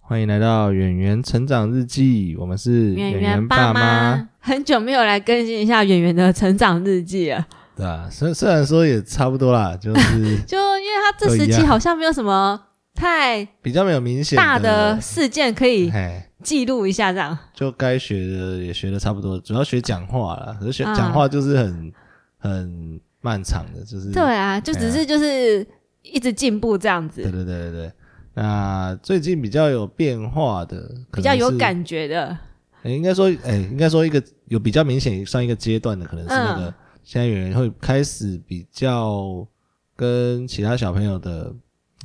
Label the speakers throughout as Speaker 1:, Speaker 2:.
Speaker 1: 欢迎来到演员成长日记，我们是
Speaker 2: 演
Speaker 1: 演
Speaker 2: 员
Speaker 1: 员
Speaker 2: 爸
Speaker 1: 妈。
Speaker 2: 很久没有来更新一下演员的成长日记了，
Speaker 1: 对啊，虽虽然说也差不多啦，就是
Speaker 2: 就因为他这
Speaker 1: 都一
Speaker 2: 时期
Speaker 1: 样
Speaker 2: 好像没有什么太
Speaker 1: 比较没有明显
Speaker 2: 大
Speaker 1: 的
Speaker 2: 的，事件可以
Speaker 1: 哎，
Speaker 2: 记录一下，这样
Speaker 1: 就该学的也学的差不多，主要学讲话啦。可是学
Speaker 2: 啊
Speaker 1: 讲话就是很很漫长的，就是
Speaker 2: 对啊，就只是就是一直进步这样
Speaker 1: 对
Speaker 2: 子，
Speaker 1: 对对对对。那最近比较有变化的，可能
Speaker 2: 比较有
Speaker 1: 是
Speaker 2: 感觉的，
Speaker 1: 哎应该说，哎、应该说一个有比较明显上一个阶段的，可能是那个、
Speaker 2: 嗯
Speaker 1: 现在有人会开始比较跟其他小朋友的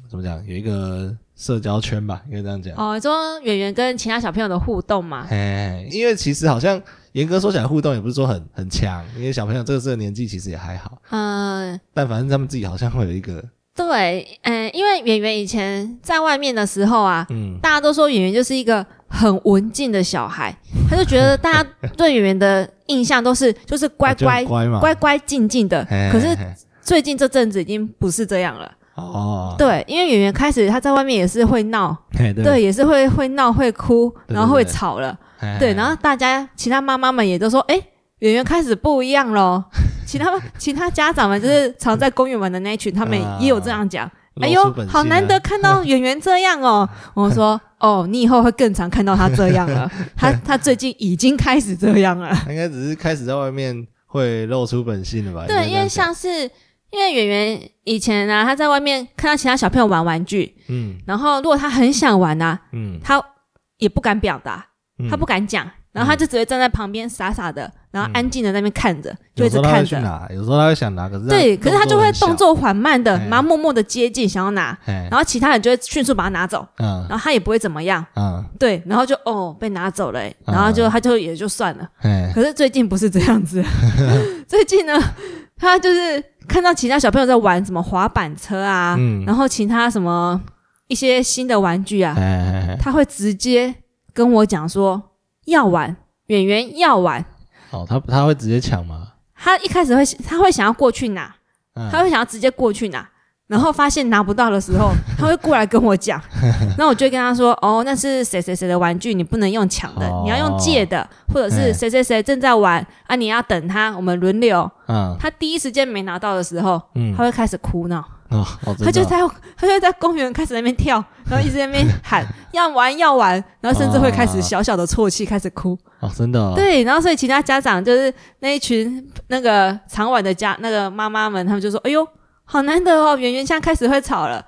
Speaker 1: 怎么讲，有一个社交圈吧，应该这样讲。
Speaker 2: 哦，说演员跟其他小朋友的互动嘛，
Speaker 1: 哎、因为其实好像严格说起来，互动也不是说很很强，因为小朋友这个这个年纪其实也还好，
Speaker 2: 嗯，
Speaker 1: 但反正他们自己好像会有一个，
Speaker 2: 对，嗯，因为演员以前在外面的时候啊，
Speaker 1: 嗯，
Speaker 2: 大家都说演员就是一个很文静的小 孩，他就觉得大家对演员的印象都是就是乖
Speaker 1: 就很乖
Speaker 2: 乖
Speaker 1: 嘛，
Speaker 2: 乖乖静静的
Speaker 1: 嘿。
Speaker 2: 可是
Speaker 1: 嘿嘿
Speaker 2: 最近这阵子已经不是这样了，
Speaker 1: 哦，
Speaker 2: 对，因为演员开始他在外面也是会闹，
Speaker 1: 嘿对
Speaker 2: 对，也是会会闹会哭，
Speaker 1: 对
Speaker 2: 然后
Speaker 1: 对
Speaker 2: 会
Speaker 1: 对
Speaker 2: 吵了，
Speaker 1: 嘿
Speaker 2: 对，
Speaker 1: 嘿
Speaker 2: 然后大家其他妈妈们也都说，哎。演员开始不一样喽，其他 其他家长们就是常在公园玩的那一群，他们也有这样讲，哎
Speaker 1: 露
Speaker 2: 呦
Speaker 1: 出本，性
Speaker 2: 好难
Speaker 1: 啊
Speaker 2: 得看 到演员这样 哦！我说，哦，你以后会更常看到他这样 了。他他最近已经开始这样了。
Speaker 1: 他应该只是开始在外面会露出本性了吧？应该
Speaker 2: 对，
Speaker 1: 这
Speaker 2: 因为
Speaker 1: 样讲
Speaker 2: 像是因为演员以前啊，他在外面看到其他小朋友玩玩具，
Speaker 1: 嗯
Speaker 2: 然后如果他很想玩啊，
Speaker 1: 嗯，
Speaker 2: 他也不敢表达，
Speaker 1: 嗯
Speaker 2: 他不敢讲，然后他就只会站在旁边傻傻的，然后安静的在那边看着，
Speaker 1: 有
Speaker 2: 就一
Speaker 1: 时
Speaker 2: 直
Speaker 1: 候他
Speaker 2: 看
Speaker 1: 会去
Speaker 2: 着。
Speaker 1: 拿，有时候他会想拿，可是
Speaker 2: 对，可是他就会动
Speaker 1: 动
Speaker 2: 作缓慢的
Speaker 1: 哎，
Speaker 2: 然后默默的接近想要拿，
Speaker 1: 很小，
Speaker 2: 然后其他人就会迅速把他拿走，
Speaker 1: 嗯
Speaker 2: 然后他也不会怎么样。
Speaker 1: 嗯
Speaker 2: 对，然后就哦被拿走了欸、
Speaker 1: 嗯
Speaker 2: 然后就他就也就算了。
Speaker 1: 嘿
Speaker 2: 可是最近不是这样子， 最近呢，他就是看到其他小朋友在玩什么滑板车啊，
Speaker 1: 嗯
Speaker 2: 然后其他什么一些新的玩具啊，
Speaker 1: 嘿嘿嘿，
Speaker 2: 他会直接跟我讲说要玩，演员要玩。
Speaker 1: 哦，他他会直接抢吗？
Speaker 2: 他一开始会他会想要过去拿，他
Speaker 1: 嗯
Speaker 2: 会想要直接过去拿，然后发现拿不到的时 候，他会过来跟我讲，那我就会跟他说：“哦，那是谁谁谁的玩具，你不能用抢的，
Speaker 1: 哦
Speaker 2: 你要用借的，或者是
Speaker 1: 嗯
Speaker 2: 谁谁谁正在玩啊，你要等他，我们轮流。”
Speaker 1: 嗯
Speaker 2: 他第一时间没拿到的时候，
Speaker 1: 嗯
Speaker 2: 他，会开始哭闹，
Speaker 1: 哦，哦
Speaker 2: 他就
Speaker 1: 真的
Speaker 2: 在他就在公园开始在那边跳，然后一直在那边 喊要玩要玩，然后甚至会开
Speaker 1: 啊
Speaker 2: 始小小的啜泣，开始哭。
Speaker 1: 哦哦真的哦，
Speaker 2: 对，然后所以其他家长就是那一群那个常晚的家那个妈妈们，他们就说：“哎呦，好难得哦，圆圆现在开始会 吵了。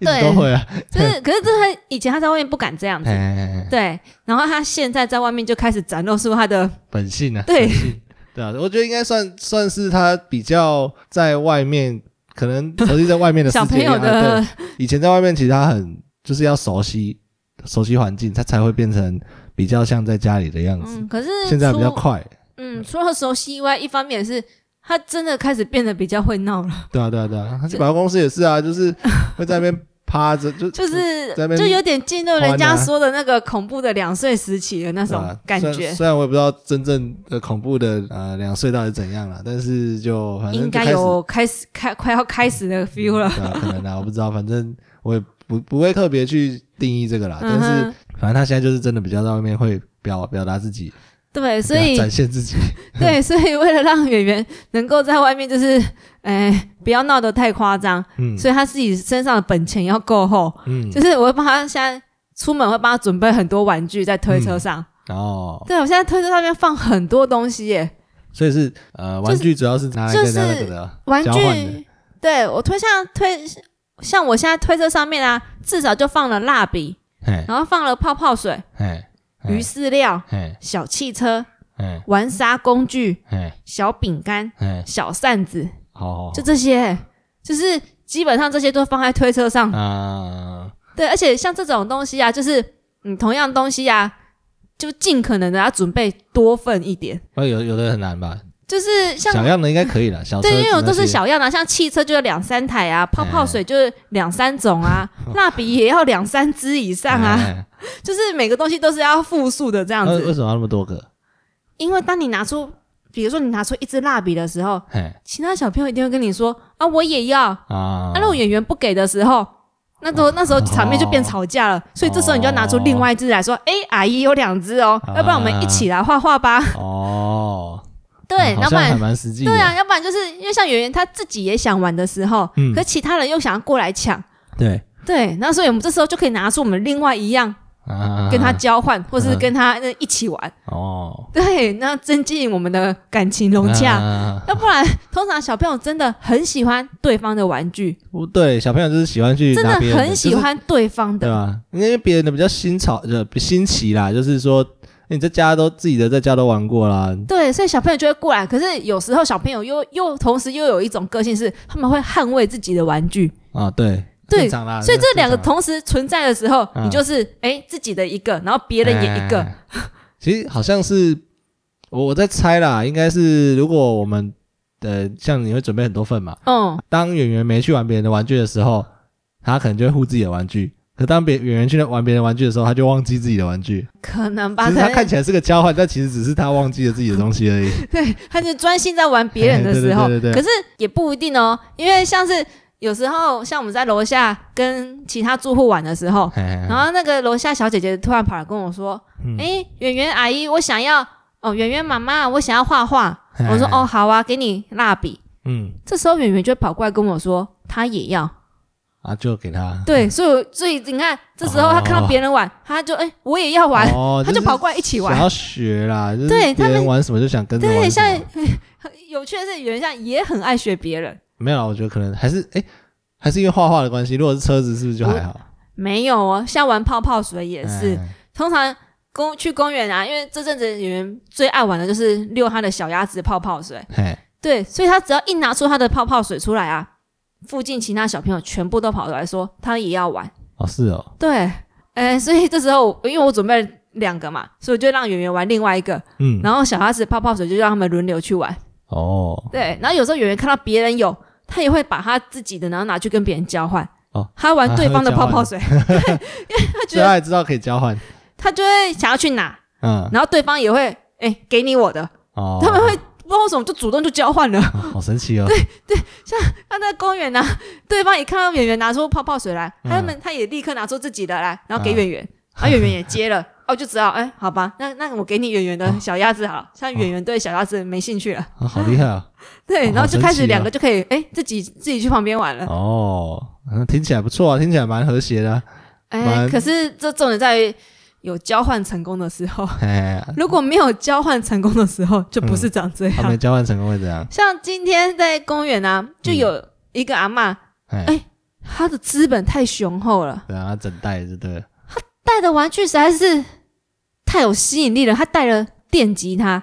Speaker 1: 一直都会啊，”
Speaker 2: 就是，可是这他以前他在外面不敢这样子
Speaker 1: 嘿，嘿嘿嘿
Speaker 2: 对，然后他现在在外面就开始展露出他的
Speaker 1: 本性啊，
Speaker 2: 对
Speaker 1: 本性，对啊，我觉得应该算算是他比较在外面，可能熟悉在外面的世
Speaker 2: 小
Speaker 1: 界
Speaker 2: 朋
Speaker 1: 里啊
Speaker 2: 友的
Speaker 1: 对以前在外面，其实他很就是要熟悉熟悉环境，他才会变成比较像在家里的样子。
Speaker 2: 嗯，可是
Speaker 1: 现在比较
Speaker 2: 除
Speaker 1: 快，
Speaker 2: 嗯，除了熟悉以外，一方面也是他真的开始变得比较会 闹了，
Speaker 1: 对啊，对啊，对啊。他去百货公司也是啊，就是会在那边趴着，就嗯
Speaker 2: 就是
Speaker 1: 在那边
Speaker 2: 就有点进入人
Speaker 1: 玩
Speaker 2: 家
Speaker 1: 啊
Speaker 2: 说的那个恐怖的两岁时期的那
Speaker 1: 对
Speaker 2: 种
Speaker 1: 啊
Speaker 2: 感
Speaker 1: 虽
Speaker 2: 觉
Speaker 1: 然。虽然我也不知道真正的恐怖的呃两岁到底怎样了，但是就反正就
Speaker 2: 应
Speaker 1: 开
Speaker 2: 该
Speaker 1: 始
Speaker 2: 有开始开快要开始的 feel 了，
Speaker 1: 对啊，可能啊，我不知道，反正我也不不会特别去定义这个啦。啊但
Speaker 2: 嗯
Speaker 1: 是
Speaker 2: 哼，
Speaker 1: 反正他现在就是真的比较在外面会表表达自己，
Speaker 2: 对，所
Speaker 1: 表
Speaker 2: 以
Speaker 1: 展现自己。
Speaker 2: 对，所以为了让演员能够在外面就是，哎、不要闹得太夸张，
Speaker 1: 嗯
Speaker 2: 所以他自己身上的本钱要够厚，
Speaker 1: 嗯，
Speaker 2: 就是我会帮他现在出门会帮他准备很多玩具在推
Speaker 1: 嗯
Speaker 2: 车上，
Speaker 1: 然后
Speaker 2: 对我现在推车上面放很多东西耶，
Speaker 1: 所以是呃玩具主要是拿来
Speaker 2: 就
Speaker 1: 跟他那
Speaker 2: 是
Speaker 1: 个的啊
Speaker 2: 玩
Speaker 1: 交换的
Speaker 2: 具，对我推上推。像我现在推车上面啊，至少就放了蜡笔，
Speaker 1: 嘿
Speaker 2: 然后放了泡泡水、
Speaker 1: 嘿嘿
Speaker 2: 鱼饲料、
Speaker 1: 嘿
Speaker 2: 小汽车、
Speaker 1: 嘿
Speaker 2: 玩沙工具、
Speaker 1: 嘿
Speaker 2: 小饼干、
Speaker 1: 嘿，
Speaker 2: 小扇子，
Speaker 1: 好好好
Speaker 2: 就这些，就是基本上这些都放在推车
Speaker 1: 嗯
Speaker 2: 上。
Speaker 1: 啊，
Speaker 2: 对，而且像这种东西啊，就是嗯，同样东西啊，就尽可能的要准备多份一点。
Speaker 1: 那有有的很难吧？
Speaker 2: 就是像
Speaker 1: 小样的应该可以 了，小车
Speaker 2: 对，因为我
Speaker 1: 子那
Speaker 2: 都是
Speaker 1: 些哎
Speaker 2: 小样的，啊像汽车就有两三台啊，泡泡水就是两三种 啊，蜡笔也要两三支以上啊，
Speaker 1: 哎呃
Speaker 2: 就是每个东西都是要复数的这样
Speaker 1: 那为
Speaker 2: 子。
Speaker 1: 什么要那么多个？
Speaker 2: 因为当你拿出，比如说你拿出一支蜡笔的时候，
Speaker 1: 嘿
Speaker 2: 其他小朋友一定会跟你说啊，我也要。
Speaker 1: 啊
Speaker 2: 啊，，那种演员不给的时候，那
Speaker 1: 哦
Speaker 2: 时候那时候场面就变吵架了，所以这时候你就要拿出另外一只来说，哎、阿姨有两只哦，
Speaker 1: 哦啊
Speaker 2: 要不然我们一起来画画吧。
Speaker 1: 哦，
Speaker 2: 对，
Speaker 1: 好
Speaker 2: 要不
Speaker 1: 像还
Speaker 2: 然
Speaker 1: 蛮实际的，
Speaker 2: 对啊，要不然就是因为像圆圆她自己也想玩的时候，
Speaker 1: 嗯
Speaker 2: 可其他人又想要过来抢。
Speaker 1: 对
Speaker 2: 对，那所以我们这时候就可以拿出我们另外一样
Speaker 1: 啊，
Speaker 2: 跟他交换，或是跟他呃那一起玩，
Speaker 1: 哦
Speaker 2: 对，那增进我们的感情融洽。
Speaker 1: 啊
Speaker 2: 要不然，通常小朋友真的很喜欢对方的玩具，
Speaker 1: 不对，小朋友就是喜欢去
Speaker 2: 真
Speaker 1: 拿别人
Speaker 2: 很喜
Speaker 1: 就是
Speaker 2: 欢对方
Speaker 1: 对
Speaker 2: 的。
Speaker 1: 吧？因为别人的比较新潮，呃，不新奇啦，就是说哎你在家都自己的在家都玩过啦，
Speaker 2: 对，所以小朋友就会过来。可是有时候小朋友又又同时又有一种个性是，他们会捍卫自己的玩具。
Speaker 1: 啊，对，
Speaker 2: 对
Speaker 1: 正常啦。
Speaker 2: 所以这两个
Speaker 1: 正常
Speaker 2: 同时存在的时候，
Speaker 1: 嗯
Speaker 2: 你就是哎、自己的一个，然后别人也一个。
Speaker 1: 哎其实好像是我我在猜啦，应该是如果我们呃，像你会准备很多份嘛，
Speaker 2: 嗯，
Speaker 1: 当演员没去玩别人的玩具的时候，他可能就会护自己的玩具。可当别演员去玩别人的玩具的时候，他就忘记自己的玩具。
Speaker 2: 可能吧。
Speaker 1: 其实
Speaker 2: 可
Speaker 1: 他
Speaker 2: 能
Speaker 1: 看起来是个交换，但其实只是他忘记了自己的东西 而已。
Speaker 2: 对，他就专心在玩别人的时候，
Speaker 1: 嘿对对对对对
Speaker 2: 可是也不一定哦，因为像是有时候像我们在楼下跟其他住户玩的时候，然
Speaker 1: 然
Speaker 2: 后那个楼下小姐姐突然跑来跟我说
Speaker 1: 哎嗯：“
Speaker 2: 哎、圆圆阿姨，我想要哦，圆圆妈妈，我想要画画。”
Speaker 1: 哎
Speaker 2: 我说：“哦，，好啊，给你蜡笔。
Speaker 1: 嗯”
Speaker 2: 这时候圆圆就跑过来跟我说：“她也要。
Speaker 1: 啊，就给他”。
Speaker 2: 对，所以我所以你看，这时候她看到别 人玩，她就哎、诶我也要玩，
Speaker 1: 哦，
Speaker 2: 她就是跑过来一起玩
Speaker 1: 想。要学啦，就是
Speaker 2: 对
Speaker 1: 别
Speaker 2: 他们
Speaker 1: 人玩什么就想跟着
Speaker 2: 对，
Speaker 1: 玩什
Speaker 2: 像
Speaker 1: 么。
Speaker 2: 有趣的是，圆圆像也很爱学别人。
Speaker 1: 没有啦，我觉得可能还是哎，还是因为画画的关系。如果是车子，是不是就还好？
Speaker 2: 没有哦，像玩泡泡水也是，
Speaker 1: 哎
Speaker 2: 通常公去公园啊，因为这阵子演员最爱玩的就是溜他的小鸭子泡泡水，
Speaker 1: 嘿，
Speaker 2: 对，所以他只要一拿出他的泡泡水出来啊，附近其他小朋友全部都跑过来说他也要玩，
Speaker 1: 哦是哦，
Speaker 2: 对，哎，所以这时候因为我准备了两个嘛，所以我就让演员玩另外一个，
Speaker 1: 嗯，
Speaker 2: 然后小鸭子泡泡水就让他们轮流去玩，
Speaker 1: 哦
Speaker 2: 对，然后有时候演员看到别人有。他也会把他自己的，然后拿去跟别人交换。
Speaker 1: 哦，
Speaker 2: 他玩对方的泡 泡水，对，因为他觉
Speaker 1: 所以
Speaker 2: 得
Speaker 1: 他也知道可以交换，
Speaker 2: 他就会想要去拿，
Speaker 1: 嗯，
Speaker 2: 然后对方也会哎、给你我的，
Speaker 1: 哦，
Speaker 2: 他们会不知道为什么就主动就交换了。
Speaker 1: 哦好神奇哦，
Speaker 2: 他在公园呢、啊 对方一看到演员拿出泡泡水来，
Speaker 1: 嗯
Speaker 2: 他们他也立刻拿出自己的来，然后给
Speaker 1: 嗯
Speaker 2: 演员，然后演员也接了。 哦，就知道，哎，好吧，那那我给你演
Speaker 1: 哦
Speaker 2: 员的小鸭子好了，像演员对小鸭子没兴趣了，
Speaker 1: 啊，好厉害哦！
Speaker 2: 对，
Speaker 1: 哦
Speaker 2: 然后就
Speaker 1: 好
Speaker 2: 开
Speaker 1: 神奇
Speaker 2: 始
Speaker 1: 哦
Speaker 2: 两个就可以，哎，自己自己去旁边玩了，
Speaker 1: 哦，嗯听起来不错啊，听起来蛮和谐的啊、
Speaker 2: 哎，
Speaker 1: 蛮
Speaker 2: 可是这重点在于有交换成功的时候，
Speaker 1: 哎，
Speaker 2: 如果没有交换成功的时候，就不是长这样
Speaker 1: 他。们交换成功会怎样？
Speaker 2: 像今天在公园啊，就有
Speaker 1: 嗯
Speaker 2: 一个阿嬷，
Speaker 1: 哎
Speaker 2: 哎，她的资本太雄厚了，
Speaker 1: 对啊，整袋就对了。
Speaker 2: 带的玩具实在是太有吸引力了。她带了电吉他，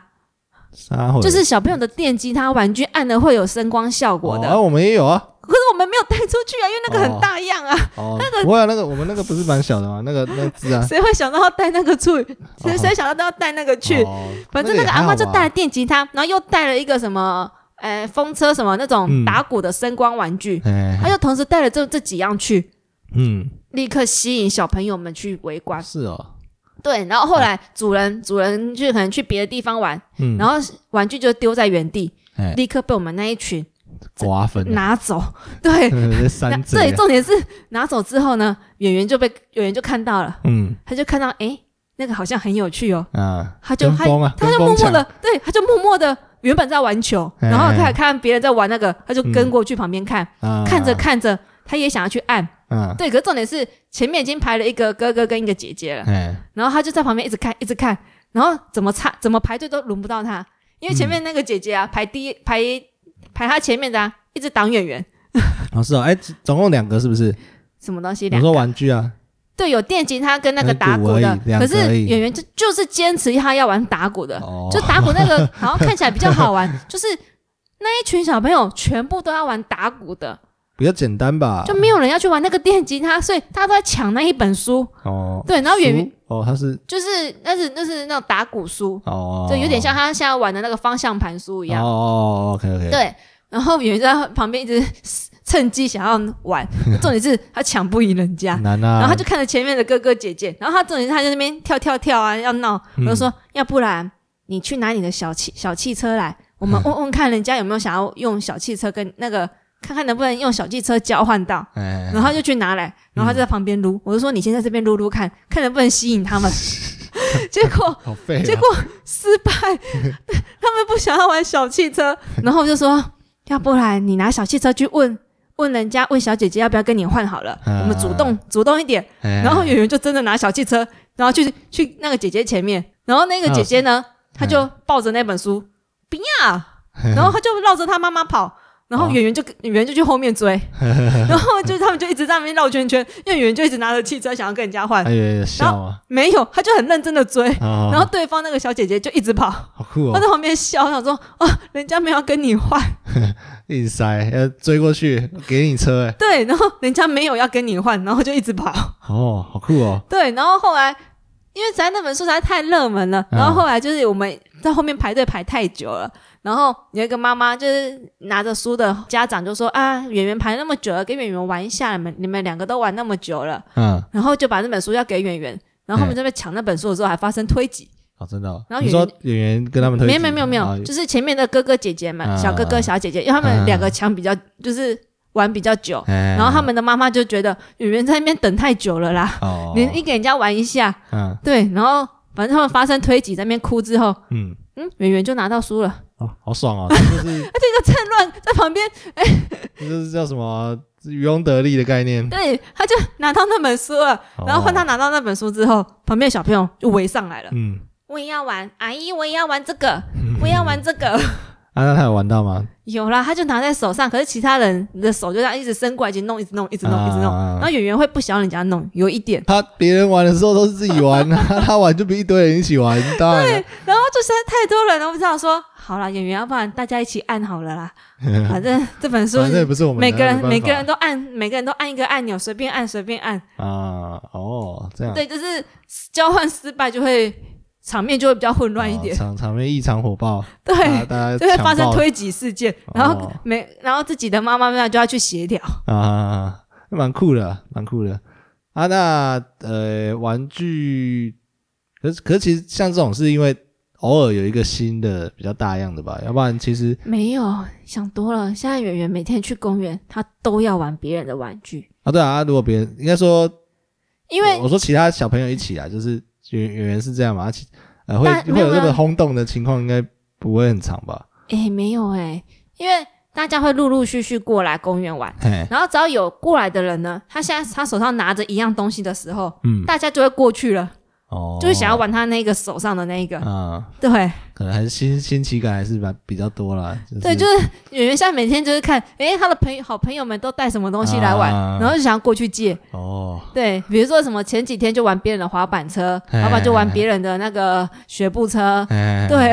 Speaker 1: 撒谎
Speaker 2: 就是小朋友的电吉他玩具，按了会有声光效果的。
Speaker 1: 哦啊，我们也有啊。
Speaker 2: 可是我们没有带出去啊，因为那个很大样啊，
Speaker 1: 哦，那个不会啊，那个我们那个不是蛮小的吗？那个那只啊，
Speaker 2: 谁会想到要带那个去？谁
Speaker 1: 哦
Speaker 2: 谁想到要带那个去？
Speaker 1: 哦
Speaker 2: 反正
Speaker 1: 那个
Speaker 2: 那个
Speaker 1: 也还
Speaker 2: 阿
Speaker 1: 好
Speaker 2: 嬷就
Speaker 1: 吧
Speaker 2: 带了电吉他，然后又带了一个什么，呃，风车什么那
Speaker 1: 嗯
Speaker 2: 种打鼓的声光玩具，
Speaker 1: 哎，
Speaker 2: 她就同时带了这这几样去。
Speaker 1: 嗯，
Speaker 2: 立刻吸引小朋友们去围观。
Speaker 1: 是哦，
Speaker 2: 对，然后后来主人主人就可能去别的地方玩，
Speaker 1: 嗯，
Speaker 2: 然后玩具就丢在原地，
Speaker 1: 哎，
Speaker 2: 立刻被我们那一群
Speaker 1: 瓜分了，
Speaker 2: 拿走。 对，
Speaker 1: 这
Speaker 2: 拿
Speaker 1: 三啊只，
Speaker 2: 对，重点是拿走之后呢，演员就被演员就看到了，
Speaker 1: 嗯
Speaker 2: 他就看到诶，那个好像很有趣哦，
Speaker 1: 啊，
Speaker 2: 他就
Speaker 1: 跟
Speaker 2: 他
Speaker 1: 风啊，
Speaker 2: 他
Speaker 1: 跟
Speaker 2: 就
Speaker 1: 风
Speaker 2: 默默
Speaker 1: 抢
Speaker 2: 的，对，他就默默的原本在玩球，
Speaker 1: 哎
Speaker 2: 然后开始看别人在玩那个，他就
Speaker 1: 嗯
Speaker 2: 跟过去旁边看，
Speaker 1: 啊
Speaker 2: 看着，看着他也想要去按，
Speaker 1: 嗯，
Speaker 2: 对，可是重点是前面已经排了一个哥哥跟一个姐姐了。
Speaker 1: 哎，
Speaker 2: 然后他就在旁边一直看，一直看，然后怎么插怎么排队都轮不到他，因为前面那个姐姐
Speaker 1: 嗯
Speaker 2: 啊，排第一排排他前面的、啊，一直挡演员，
Speaker 1: 哦是哦，哎，总共两个是不是？
Speaker 2: 什么东西
Speaker 1: 我
Speaker 2: 两
Speaker 1: 说
Speaker 2: 个
Speaker 1: 玩具啊，
Speaker 2: 对，有电吉他跟那个
Speaker 1: 跟鼓
Speaker 2: 打鼓
Speaker 1: 而
Speaker 2: 的
Speaker 1: 已，两
Speaker 2: 可
Speaker 1: 个
Speaker 2: 是
Speaker 1: 而已
Speaker 2: 演员就就是坚持他要玩打鼓的，
Speaker 1: 哦，
Speaker 2: 就打鼓那个好像看起来比较好 玩，就是那一群小朋友全部都要玩打鼓的，
Speaker 1: 比较简单吧，
Speaker 2: 就没有人要去玩那个电吉他，所以大家都在抢那一本书，
Speaker 1: 哦，
Speaker 2: 对，然后演员
Speaker 1: 书哦，它是
Speaker 2: 就是那是那是那种打鼓书。
Speaker 1: 哦，
Speaker 2: 就有点像他现在玩的那个方向盘书一样，
Speaker 1: 哦哦，OK OK，，
Speaker 2: 对，然后演员在旁边一直趁机想要玩，重点是他抢不赢人家，
Speaker 1: 难啊。
Speaker 2: 然后他就看着前面的哥哥姐姐，然后他重点是他在那边跳跳跳啊，要闹，我就说、要不然你去拿你的小汽小汽车来，我们问问看人家有没有想要用小汽车跟那个看看能不能用小汽车交换到，
Speaker 1: 哎，
Speaker 2: 然后就去拿来，然后他就在旁边撸，我就说你先在这边撸撸看，看能不能吸引他们。结果
Speaker 1: 好废啊，
Speaker 2: 结果失败，他们不想要玩小汽 车，然后我就说，要不然你拿小汽车去问问人家，问小姐姐要不要跟你换好了，
Speaker 1: 啊
Speaker 2: 我们主动主动一点。
Speaker 1: 哎，
Speaker 2: 然后圆圆就真的拿小汽车，然后去去那个姐姐前面，然后那个姐姐呢，
Speaker 1: 啊
Speaker 2: 她
Speaker 1: 哎
Speaker 2: 就抱着那本书，不要，然后她就绕着她妈妈跑。然后
Speaker 1: 哦
Speaker 2: 圆圆就跟圆圆就去后 面追，然后就他们就一直在那边绕圈圈，因为圆圆就一直拿着汽车想要跟人家换
Speaker 1: 哎，哦呦笑啊，
Speaker 2: 没有，她就很认真的追，
Speaker 1: 然
Speaker 2: 然后对方那个小姐姐就一直跑，
Speaker 1: 好酷
Speaker 2: 她
Speaker 1: 哦，
Speaker 2: 在旁边笑，我想说啊，人家没有要跟你换，
Speaker 1: 硬塞要追过去给你车哎，
Speaker 2: 对，然后人家没有要跟你换，然后就一直跑，
Speaker 1: 哦，好酷哦，
Speaker 2: 对，然后后来因为实在那本书实在太热门了，
Speaker 1: 嗯
Speaker 2: 然后后来就是我们在后面排队排太久了，然后有一个妈妈就是拿着书的家长就说啊，圆圆排那么久了，给圆圆玩一下，你们你们两个都玩那么久了，
Speaker 1: 嗯，
Speaker 2: 然后就把那本书要给圆圆，然后他们就被抢那本书的时候还发生推挤，
Speaker 1: 好真的哦，
Speaker 2: 然后
Speaker 1: 你
Speaker 2: 演
Speaker 1: 说演员跟他们推
Speaker 2: 没
Speaker 1: 挤，
Speaker 2: 有没有没有没
Speaker 1: 啊
Speaker 2: 有，就是前面的哥哥姐姐们，
Speaker 1: 嗯
Speaker 2: 小哥哥小姐姐，因为他们两个抢比较就是玩比较久，
Speaker 1: 哎，
Speaker 2: 然后他们的妈妈就觉得圆圆在那边等太久了啦，
Speaker 1: 哦，
Speaker 2: 你你给人家玩一下。
Speaker 1: 嗯
Speaker 2: 对，然后反正他们发生推挤，在那边哭之后，
Speaker 1: 嗯，
Speaker 2: 嗯，圆圆就拿到书了。
Speaker 1: 哦，好爽 哦，这就是
Speaker 2: 他就一个趁乱在旁边，
Speaker 1: 这就是叫什么啊渔翁得利的概念，
Speaker 2: 对，他就拿到那本书了。然后换他
Speaker 1: 哦，
Speaker 2: 拿到那本书之后，旁边的小朋友就围上来了。
Speaker 1: 嗯，
Speaker 2: 我也要玩，阿姨，我也要玩这个，我也要玩这 个。
Speaker 1: 啊，那他有玩到吗？
Speaker 2: 有啦，他就拿在手上，可是其他人的手就这样一直伸过来，一直弄，一直弄，一直弄，一直弄。
Speaker 1: 啊
Speaker 2: 然后圆圆会不想让人家弄，有一点，
Speaker 1: 他别人玩的时候都是自己玩啊， 他玩就比一堆人一起玩，当然了
Speaker 2: 然后就实在太多人了，我不知道说好了，演员，要不然大家一起按好 了啦。反正这本书
Speaker 1: 反正也不是我们的
Speaker 2: 每个人
Speaker 1: 没办法
Speaker 2: 每个人都按，每个人都按一个按钮，随便按随便按。
Speaker 1: 啊，哦，这样
Speaker 2: 对，就是交换失败就会场面就会比较混乱一
Speaker 1: 哦
Speaker 2: 点，
Speaker 1: 场场面异常火爆，
Speaker 2: 对，
Speaker 1: 大家大家
Speaker 2: 就会发
Speaker 1: 抢
Speaker 2: 生
Speaker 1: 爆
Speaker 2: 推挤事件，然后
Speaker 1: 哦
Speaker 2: 每然后自己的妈妈们就要去协调。
Speaker 1: 啊，蛮酷的，蛮酷的啊。那呃，玩具，可是可是其实像这种是因为偶尔有一个新的比较大样的吧，要不然其实
Speaker 2: 没有想多了，现在圆圆每天去公园，她都要玩别人的玩具，
Speaker 1: 啊，对啊，如果别人应该说，
Speaker 2: 因为
Speaker 1: 我我说其他小朋友一起啊，就是演演员是这样嘛，啊其呃会
Speaker 2: 但
Speaker 1: 会
Speaker 2: 没有
Speaker 1: 有这
Speaker 2: 没
Speaker 1: 个
Speaker 2: 有
Speaker 1: 轰动的情况，应该不会很长 吧？
Speaker 2: 诶、没有诶、因为大家会陆陆续续过来公园玩。
Speaker 1: 嘿，
Speaker 2: 然后只要有过来的人呢，他现在他手上拿着一样东西的时候，
Speaker 1: 嗯，
Speaker 2: 大家就会过去了，
Speaker 1: 哦，
Speaker 2: 就会想要玩他那个手上的那一个。
Speaker 1: 啊，
Speaker 2: 对
Speaker 1: 可能还是新新奇感还是蛮比较多啦。就是、
Speaker 2: 对，就是演员现在每天就是看，诶，他的朋友好朋友们都带什么东西来玩，
Speaker 1: 啊
Speaker 2: 然后就想要过去借。
Speaker 1: 哦，
Speaker 2: 对，比如说什么前几天就玩别人的滑板车，
Speaker 1: 嘿
Speaker 2: 老板就玩别人的那个学步车。
Speaker 1: 哎，
Speaker 2: 对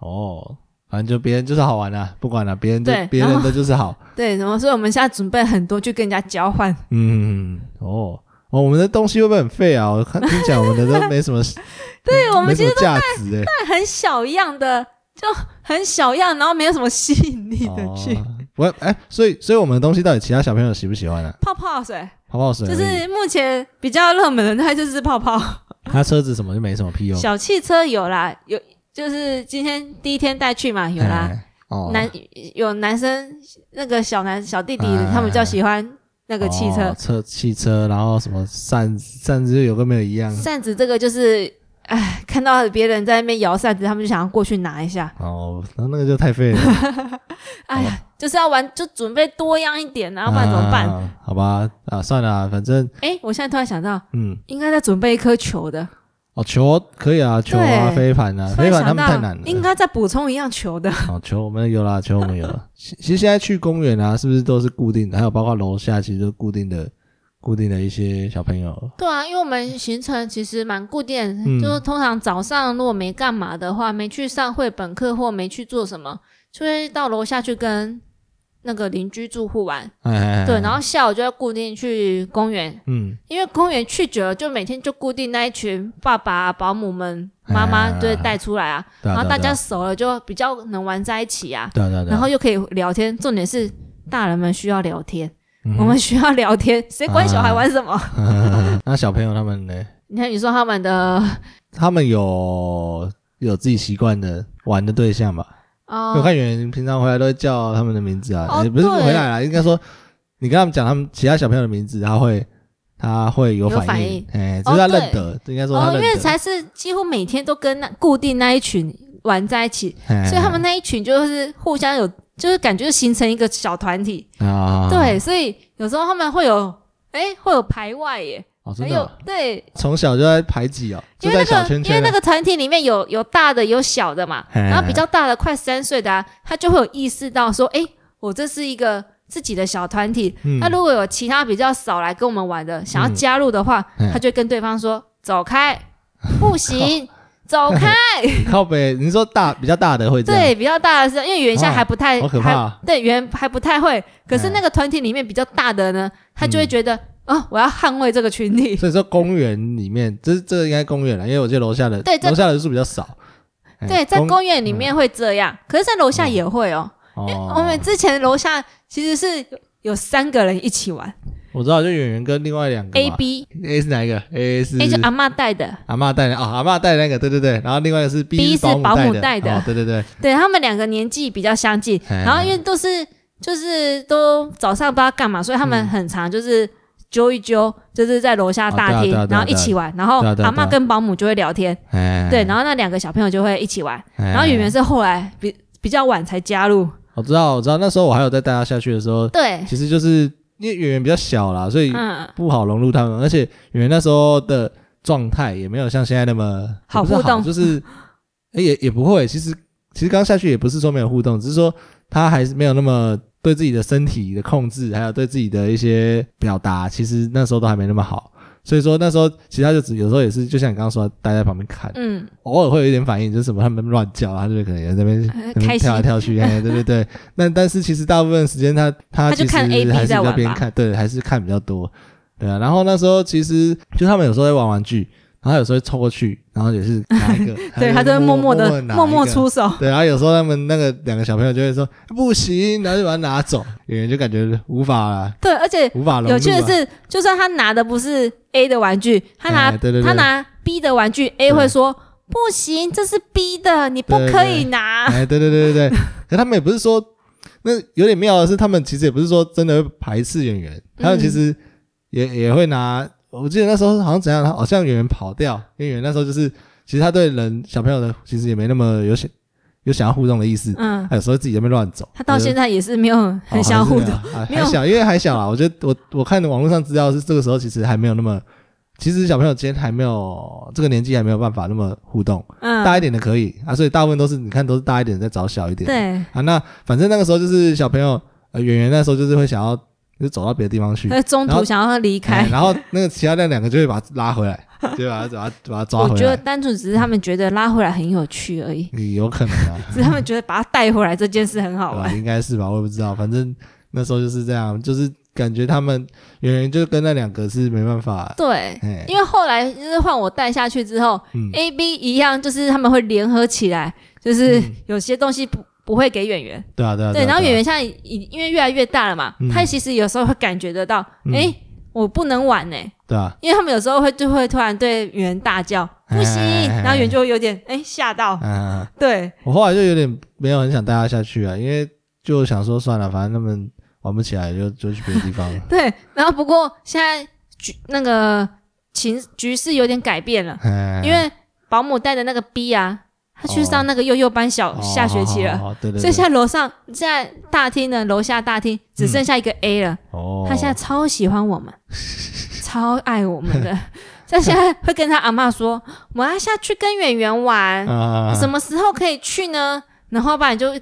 Speaker 1: 哦，反正就别人就是好玩啦、啊不管了、别人就
Speaker 2: 对
Speaker 1: 别人的就是好。
Speaker 2: 对，然后所以我们现在准备很多去跟人家交换，
Speaker 1: 嗯，哦，哦我们的东西会不会很废啊？我看听讲我们的都没 什么，对
Speaker 2: 我们
Speaker 1: 没什么价值哎、
Speaker 2: 但很小样的，就很小样，然后没有什么吸引力的去。
Speaker 1: 哦我哎、所以所以我们的东西到底其他小朋友喜不喜欢啊？
Speaker 2: 泡泡水，
Speaker 1: 泡泡水而
Speaker 2: 就
Speaker 1: 已，
Speaker 2: 是目前比较热门的，那就是 泡泡。
Speaker 1: 他车子什么就没什么屁用。
Speaker 2: 小汽车有啦，有就是今天第一天带去嘛，有啦。
Speaker 1: 哎哦，
Speaker 2: 男有男生那个小男小弟弟
Speaker 1: 哎，
Speaker 2: 他们比较喜欢那个汽车
Speaker 1: 哦、。车汽车，然后什么扇扇子就有跟没有一样
Speaker 2: 扇子这个就是，哎，看到别人在那边摇扇子，他们就想要过去拿一下。
Speaker 1: 哦，那那个就太废了，
Speaker 2: 哎呀，就是要玩，就准备多样一点啊，不 然怎么办？
Speaker 1: 哦啊好吧，啊算了啊，反正
Speaker 2: 哎，我现在突然想到，
Speaker 1: 嗯，
Speaker 2: 应该再准备一颗球的，
Speaker 1: 哦球可以啊，球啊
Speaker 2: 对
Speaker 1: 飞盘啊，
Speaker 2: 突
Speaker 1: 飞
Speaker 2: 然
Speaker 1: 盘他们
Speaker 2: 想到
Speaker 1: 太难了，
Speaker 2: 应该再补充一样球的。
Speaker 1: 哦，球我们有啦，球我们有 了。其其实现在去公园啊，是不是都是固定的？还有包括楼下，其实都固定的、固定的一些小朋友。
Speaker 2: 对啊，因为我们行程其实蛮固定，
Speaker 1: 嗯
Speaker 2: 就是通常早上如果没干嘛的话，没去上绘本课或没去做什么，就会到楼下去跟那个邻居住户玩。
Speaker 1: 哎，
Speaker 2: 对，然后下午就要固定去公园，
Speaker 1: 嗯，
Speaker 2: 因为公园去久了，就每天就固定那一群爸爸啊、保姆们、妈妈
Speaker 1: 哎
Speaker 2: 就会带出来啊，
Speaker 1: 对啊
Speaker 2: 然后
Speaker 1: 对啊
Speaker 2: 大
Speaker 1: 对
Speaker 2: 家
Speaker 1: 啊
Speaker 2: 熟了就比较能玩在一起啊，
Speaker 1: 对啊对啊对啊，
Speaker 2: 然后又可以聊天，重点是大人们需要聊天，
Speaker 1: 嗯啊
Speaker 2: 我们需要聊天，谁管小孩玩什么？
Speaker 1: 哼 那小朋友他们呢？
Speaker 2: 你看，你说他们的
Speaker 1: 他们有有自己习惯的玩的对象吧？因为我
Speaker 2: 哦
Speaker 1: 看演员平常回来都会叫他们的名字啊，
Speaker 2: 哦
Speaker 1: 也不是
Speaker 2: 对
Speaker 1: 回来啦，应该说你跟他们讲他们其他小朋友的名字，他会他会有
Speaker 2: 有
Speaker 1: 反
Speaker 2: 反
Speaker 1: 应
Speaker 2: 应，
Speaker 1: 哎，只
Speaker 2: 哦
Speaker 1: 是他
Speaker 2: 对
Speaker 1: 认得，应该说他
Speaker 2: 哦，因
Speaker 1: 认
Speaker 2: 为
Speaker 1: 得，
Speaker 2: 才是几乎每天都跟那固定那一群玩在一起，
Speaker 1: 哎
Speaker 2: 所以他们那一群就是互相有，就是感觉形成一个小团体。
Speaker 1: 啊，
Speaker 2: 对，所以有时候他们会有，哎，会有排外耶，
Speaker 1: 哦，
Speaker 2: 还
Speaker 1: 真的
Speaker 2: 有
Speaker 1: 哦
Speaker 2: 对，
Speaker 1: 从小就在排挤哦，
Speaker 2: 因
Speaker 1: 就
Speaker 2: 为那
Speaker 1: 在小
Speaker 2: 个
Speaker 1: 圈
Speaker 2: 因为
Speaker 1: 圈
Speaker 2: 那，个团体里面有有大的有小的嘛，
Speaker 1: 嘿
Speaker 2: 然后比较大的快三岁的、啊，他就会有意识到说，哎，我这是一个自己的小团体。
Speaker 1: 嗯
Speaker 2: 那如果有其他比较少来跟我们玩的，想要
Speaker 1: 嗯
Speaker 2: 加入的话，
Speaker 1: 嗯
Speaker 2: 他就会跟对方说走开，不行，走开。
Speaker 1: 靠北，你说大比较大的会这样，
Speaker 2: 对，比较大的是，因为原先还不太，
Speaker 1: 好可怕嗯
Speaker 2: 还
Speaker 1: 啊
Speaker 2: 对原还不太会，可是那个团体里面比较大的呢，他就会觉得，
Speaker 1: 嗯
Speaker 2: 哦，我要捍卫这个群体。
Speaker 1: 所以说公园里面，这这应该公园了，因为我记得楼下的
Speaker 2: 对在
Speaker 1: 楼下的树比较少，哎
Speaker 2: 对，在公园里面会这样，可是在楼下也会哦。我
Speaker 1: 嗯哦
Speaker 2: 们，之前楼下其实是有有三个人一起玩
Speaker 1: 我知道，就演员跟另外两个
Speaker 2: ，A、
Speaker 1: 嘛
Speaker 2: B、
Speaker 1: A 是哪一个？A 是
Speaker 2: A 就阿嬷带的，
Speaker 1: 阿嬷带的哦，阿嬷带的那个，对对对，然后另外一个是
Speaker 2: B
Speaker 1: 是
Speaker 2: 是保
Speaker 1: 姆
Speaker 2: 姆
Speaker 1: 带
Speaker 2: 带的
Speaker 1: 哦对对对，
Speaker 2: 对他们两个年纪比较相近，
Speaker 1: 哎
Speaker 2: 然后因为都是就是都早上不知道干嘛，所以他们
Speaker 1: 嗯
Speaker 2: 很常就是揪一揪，就是在楼下
Speaker 1: 哦对啊
Speaker 2: 大厅
Speaker 1: 对啊，对啊
Speaker 2: 然后一起玩，然后
Speaker 1: 对啊对啊
Speaker 2: 阿嬷
Speaker 1: 对啊
Speaker 2: 跟保姆就会聊天，
Speaker 1: 哎，
Speaker 2: 对，然后那两个小朋友就会一起玩，
Speaker 1: 哎
Speaker 2: 然后圆圆是后来比比较晚才加入，
Speaker 1: 我知道我知道，那时候我还有在带他下去的时候，
Speaker 2: 对，
Speaker 1: 其实就是因为圆圆比较小啦，所以
Speaker 2: 嗯，
Speaker 1: 不好融入他们，而且圆圆那时候的状态也没有像现在那么
Speaker 2: 好
Speaker 1: 也不是
Speaker 2: 互动
Speaker 1: 就是哎也也不会，其实其实刚下去也不是说没有互动，只是说他还是没有那么。对自己的身体的控制，还有对自己的一些表达，其实那时候都还没那么好，所以说那时候其实他就只有时候也是，就像你刚刚说，待在旁边看，
Speaker 2: 嗯，
Speaker 1: 偶尔会有一点反应，就是什么他们乱叫，啊他就可能也在那边
Speaker 2: 呃
Speaker 1: 在那边
Speaker 2: 开
Speaker 1: 跳来
Speaker 2: 心
Speaker 1: 跳去，哎，对对 对。那但是其实大部分时间他他
Speaker 2: 他就
Speaker 1: 其实
Speaker 2: 看 A B
Speaker 1: 还是
Speaker 2: 在
Speaker 1: 在
Speaker 2: 玩
Speaker 1: 边
Speaker 2: 吧，
Speaker 1: 看，对，还是看比较多，对啊。然后那时候其实就他们有时候在玩玩具，然后他有时候会凑过去，然后也是拿一个
Speaker 2: 对，
Speaker 1: 他
Speaker 2: 他
Speaker 1: 就
Speaker 2: 就会
Speaker 1: 默
Speaker 2: 默默的
Speaker 1: 拿
Speaker 2: 默
Speaker 1: 一
Speaker 2: 默
Speaker 1: 个。
Speaker 2: 出手，
Speaker 1: 对，然后有时候他们那个两个小朋友就会说不行，然后就把它拿走，演员就感觉无法了，
Speaker 2: 对，而且
Speaker 1: 无法融入啊。
Speaker 2: 有趣的是，就算他拿的不是 A 的玩具，他拿
Speaker 1: 哎对对对
Speaker 2: 他拿 B 的玩具，A
Speaker 1: 对
Speaker 2: 会说不行，这是 B 的，你不
Speaker 1: 对
Speaker 2: 可
Speaker 1: 对
Speaker 2: 以拿。
Speaker 1: 哎，对对对对对，可他们也不是说，那有点妙的是，他们其实也不是说真的会排斥演员，
Speaker 2: 嗯
Speaker 1: 他们其实也、也会拿。我记得那时候好像怎样，好像演员跑掉，因为演员那时候就是，其实他对人小朋友的其实也没那么有想有想要互动的意思，
Speaker 2: 嗯，
Speaker 1: 他有时候自己在那边乱走。
Speaker 2: 他到现
Speaker 1: 在
Speaker 2: 在也是没有
Speaker 1: 哦
Speaker 2: 很想互动。
Speaker 1: 还
Speaker 2: 没有
Speaker 1: 啊还小，因为还小啦。我觉得我我看网络上资料是这个时候其实还没有那么，其实小朋友之间还没有这个年纪还没有办法那么互动。大
Speaker 2: 嗯，
Speaker 1: 一点的可以啊，所以大部分都是你看都是大一点的在找小一点的
Speaker 2: 对，
Speaker 1: 啊。那反正那个时候就是小朋友，呃，圆圆那时候就是会想要就是走到别的地方去，
Speaker 2: 他中
Speaker 1: 然后
Speaker 2: 途想要离
Speaker 1: 哎
Speaker 2: 开。
Speaker 1: 然后那个其他那两个就会把他拉回 来，就把他把他把他抓
Speaker 2: 我
Speaker 1: 回
Speaker 2: 觉得
Speaker 1: 来，
Speaker 2: 单纯只是他们觉得拉回来很有趣而已，
Speaker 1: 嗯有可能啊，
Speaker 2: 只是他们觉得把他带回来这件事很 好
Speaker 1: 对
Speaker 2: 玩
Speaker 1: 吧。应该是吧，我也不知道，反正那时候就是这样，就是感觉他们圆圆就跟那两个是没办法，
Speaker 2: 对，
Speaker 1: 哎，
Speaker 2: 因为后来就是换我带下去之后
Speaker 1: 嗯
Speaker 2: ，A、B 一样，就是他们会联合起来，就是
Speaker 1: 嗯
Speaker 2: 有些东西不不会给演员。
Speaker 1: 对啊对啊，
Speaker 2: 对，
Speaker 1: 啊
Speaker 2: 然后
Speaker 1: 啊
Speaker 2: 演员现在已因为越来越大了嘛，
Speaker 1: 嗯
Speaker 2: 他其实有时候会感觉得到，
Speaker 1: 嗯
Speaker 2: 哎、我不能玩哎、
Speaker 1: 对啊，
Speaker 2: 因为他们有时候会就会突然对演员大叫
Speaker 1: 哎
Speaker 2: 不行
Speaker 1: 哎哎，
Speaker 2: 然后演员就会有点哎吓到，
Speaker 1: 嗯。
Speaker 2: 对，。
Speaker 1: 我后来就有点没有很想带他下去啊，因为就想说算了，反正他们玩不起来就，就去别的地方了
Speaker 2: 对，然后不过现在局那个情局势有点改变了，
Speaker 1: 哎
Speaker 2: 因为保姆带的那个 B 啊，他去
Speaker 1: 哦
Speaker 2: 上那个幼幼班小、
Speaker 1: 哦
Speaker 2: 下学期了。
Speaker 1: 好好好对对
Speaker 2: 所以
Speaker 1: 对，
Speaker 2: 现在楼上现在大厅呢，楼下大厅只
Speaker 1: 嗯
Speaker 2: 剩下一个 A 了，
Speaker 1: 哦，
Speaker 2: 他现在超喜欢 我们，超爱我们的。 他现在会跟他阿嬷说：“我要下去跟圆圆玩，
Speaker 1: 啊
Speaker 2: 什么时候可以去呢？”然后爸爸就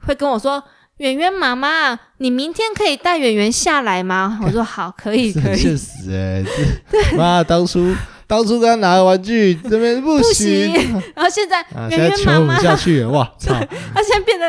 Speaker 2: 会跟我说：“圆圆妈妈，你明天可以带圆圆下来吗？” 我说：“好，可以，
Speaker 1: 是
Speaker 2: 可
Speaker 1: 很
Speaker 2: 以。
Speaker 1: 现实哎、 这妈，当初当初跟他拿玩具这边不”
Speaker 2: 不
Speaker 1: 行
Speaker 2: 行， 然后现在
Speaker 1: 啊，现
Speaker 2: 圆
Speaker 1: 在
Speaker 2: 圆妈
Speaker 1: 求
Speaker 2: 妈
Speaker 1: 不，下去了， 哇操！
Speaker 2: 他现在变得，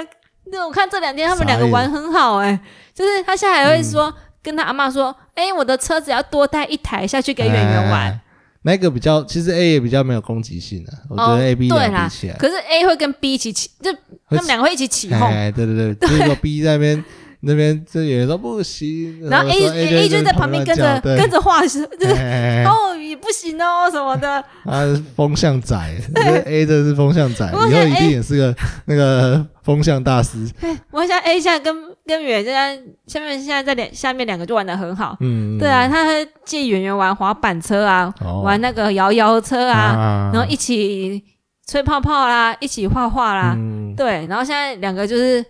Speaker 2: 那我看这两天他们
Speaker 1: 傻
Speaker 2: 两个
Speaker 1: 眼
Speaker 2: 玩很好哎、就是他现在还会说、
Speaker 1: 嗯
Speaker 2: 跟他阿嬷说：“哎、我的车子要多带一台下去给圆圆玩。
Speaker 1: 哎那个比较，其实 A 也比较没有攻击性啊，我觉
Speaker 2: 哦
Speaker 1: 得 A B
Speaker 2: 对
Speaker 1: 两个
Speaker 2: 啦
Speaker 1: 比起来，
Speaker 2: 可是 A 会跟 B 一起起，就他们两个会一起起哄，
Speaker 1: 哎，对对对，如果 B 在那 边那边，这有人说不行，
Speaker 2: 然后
Speaker 1: 我
Speaker 2: A
Speaker 1: 说
Speaker 2: A 就在旁边跟着
Speaker 1: 乱叫对
Speaker 2: 跟着画，就是
Speaker 1: 哎
Speaker 2: 哦，也不行哦什么的。
Speaker 1: 啊，风向仔，这 A 真的是风向仔，
Speaker 2: 我
Speaker 1: 以
Speaker 2: 想
Speaker 1: 后一
Speaker 2: A
Speaker 1: 定也是个那个风向大师。
Speaker 2: 我想 A 现在跟跟圆现在下面现在在两下面两个就玩的很好。
Speaker 1: 嗯，
Speaker 2: 对啊，他还借圆圆玩滑板车啊，
Speaker 1: 哦，
Speaker 2: 玩那个摇摇车啊，
Speaker 1: 啊
Speaker 2: 然后一起吹泡泡啦，一起画画啦，
Speaker 1: 嗯
Speaker 2: 对，然后现在两个就是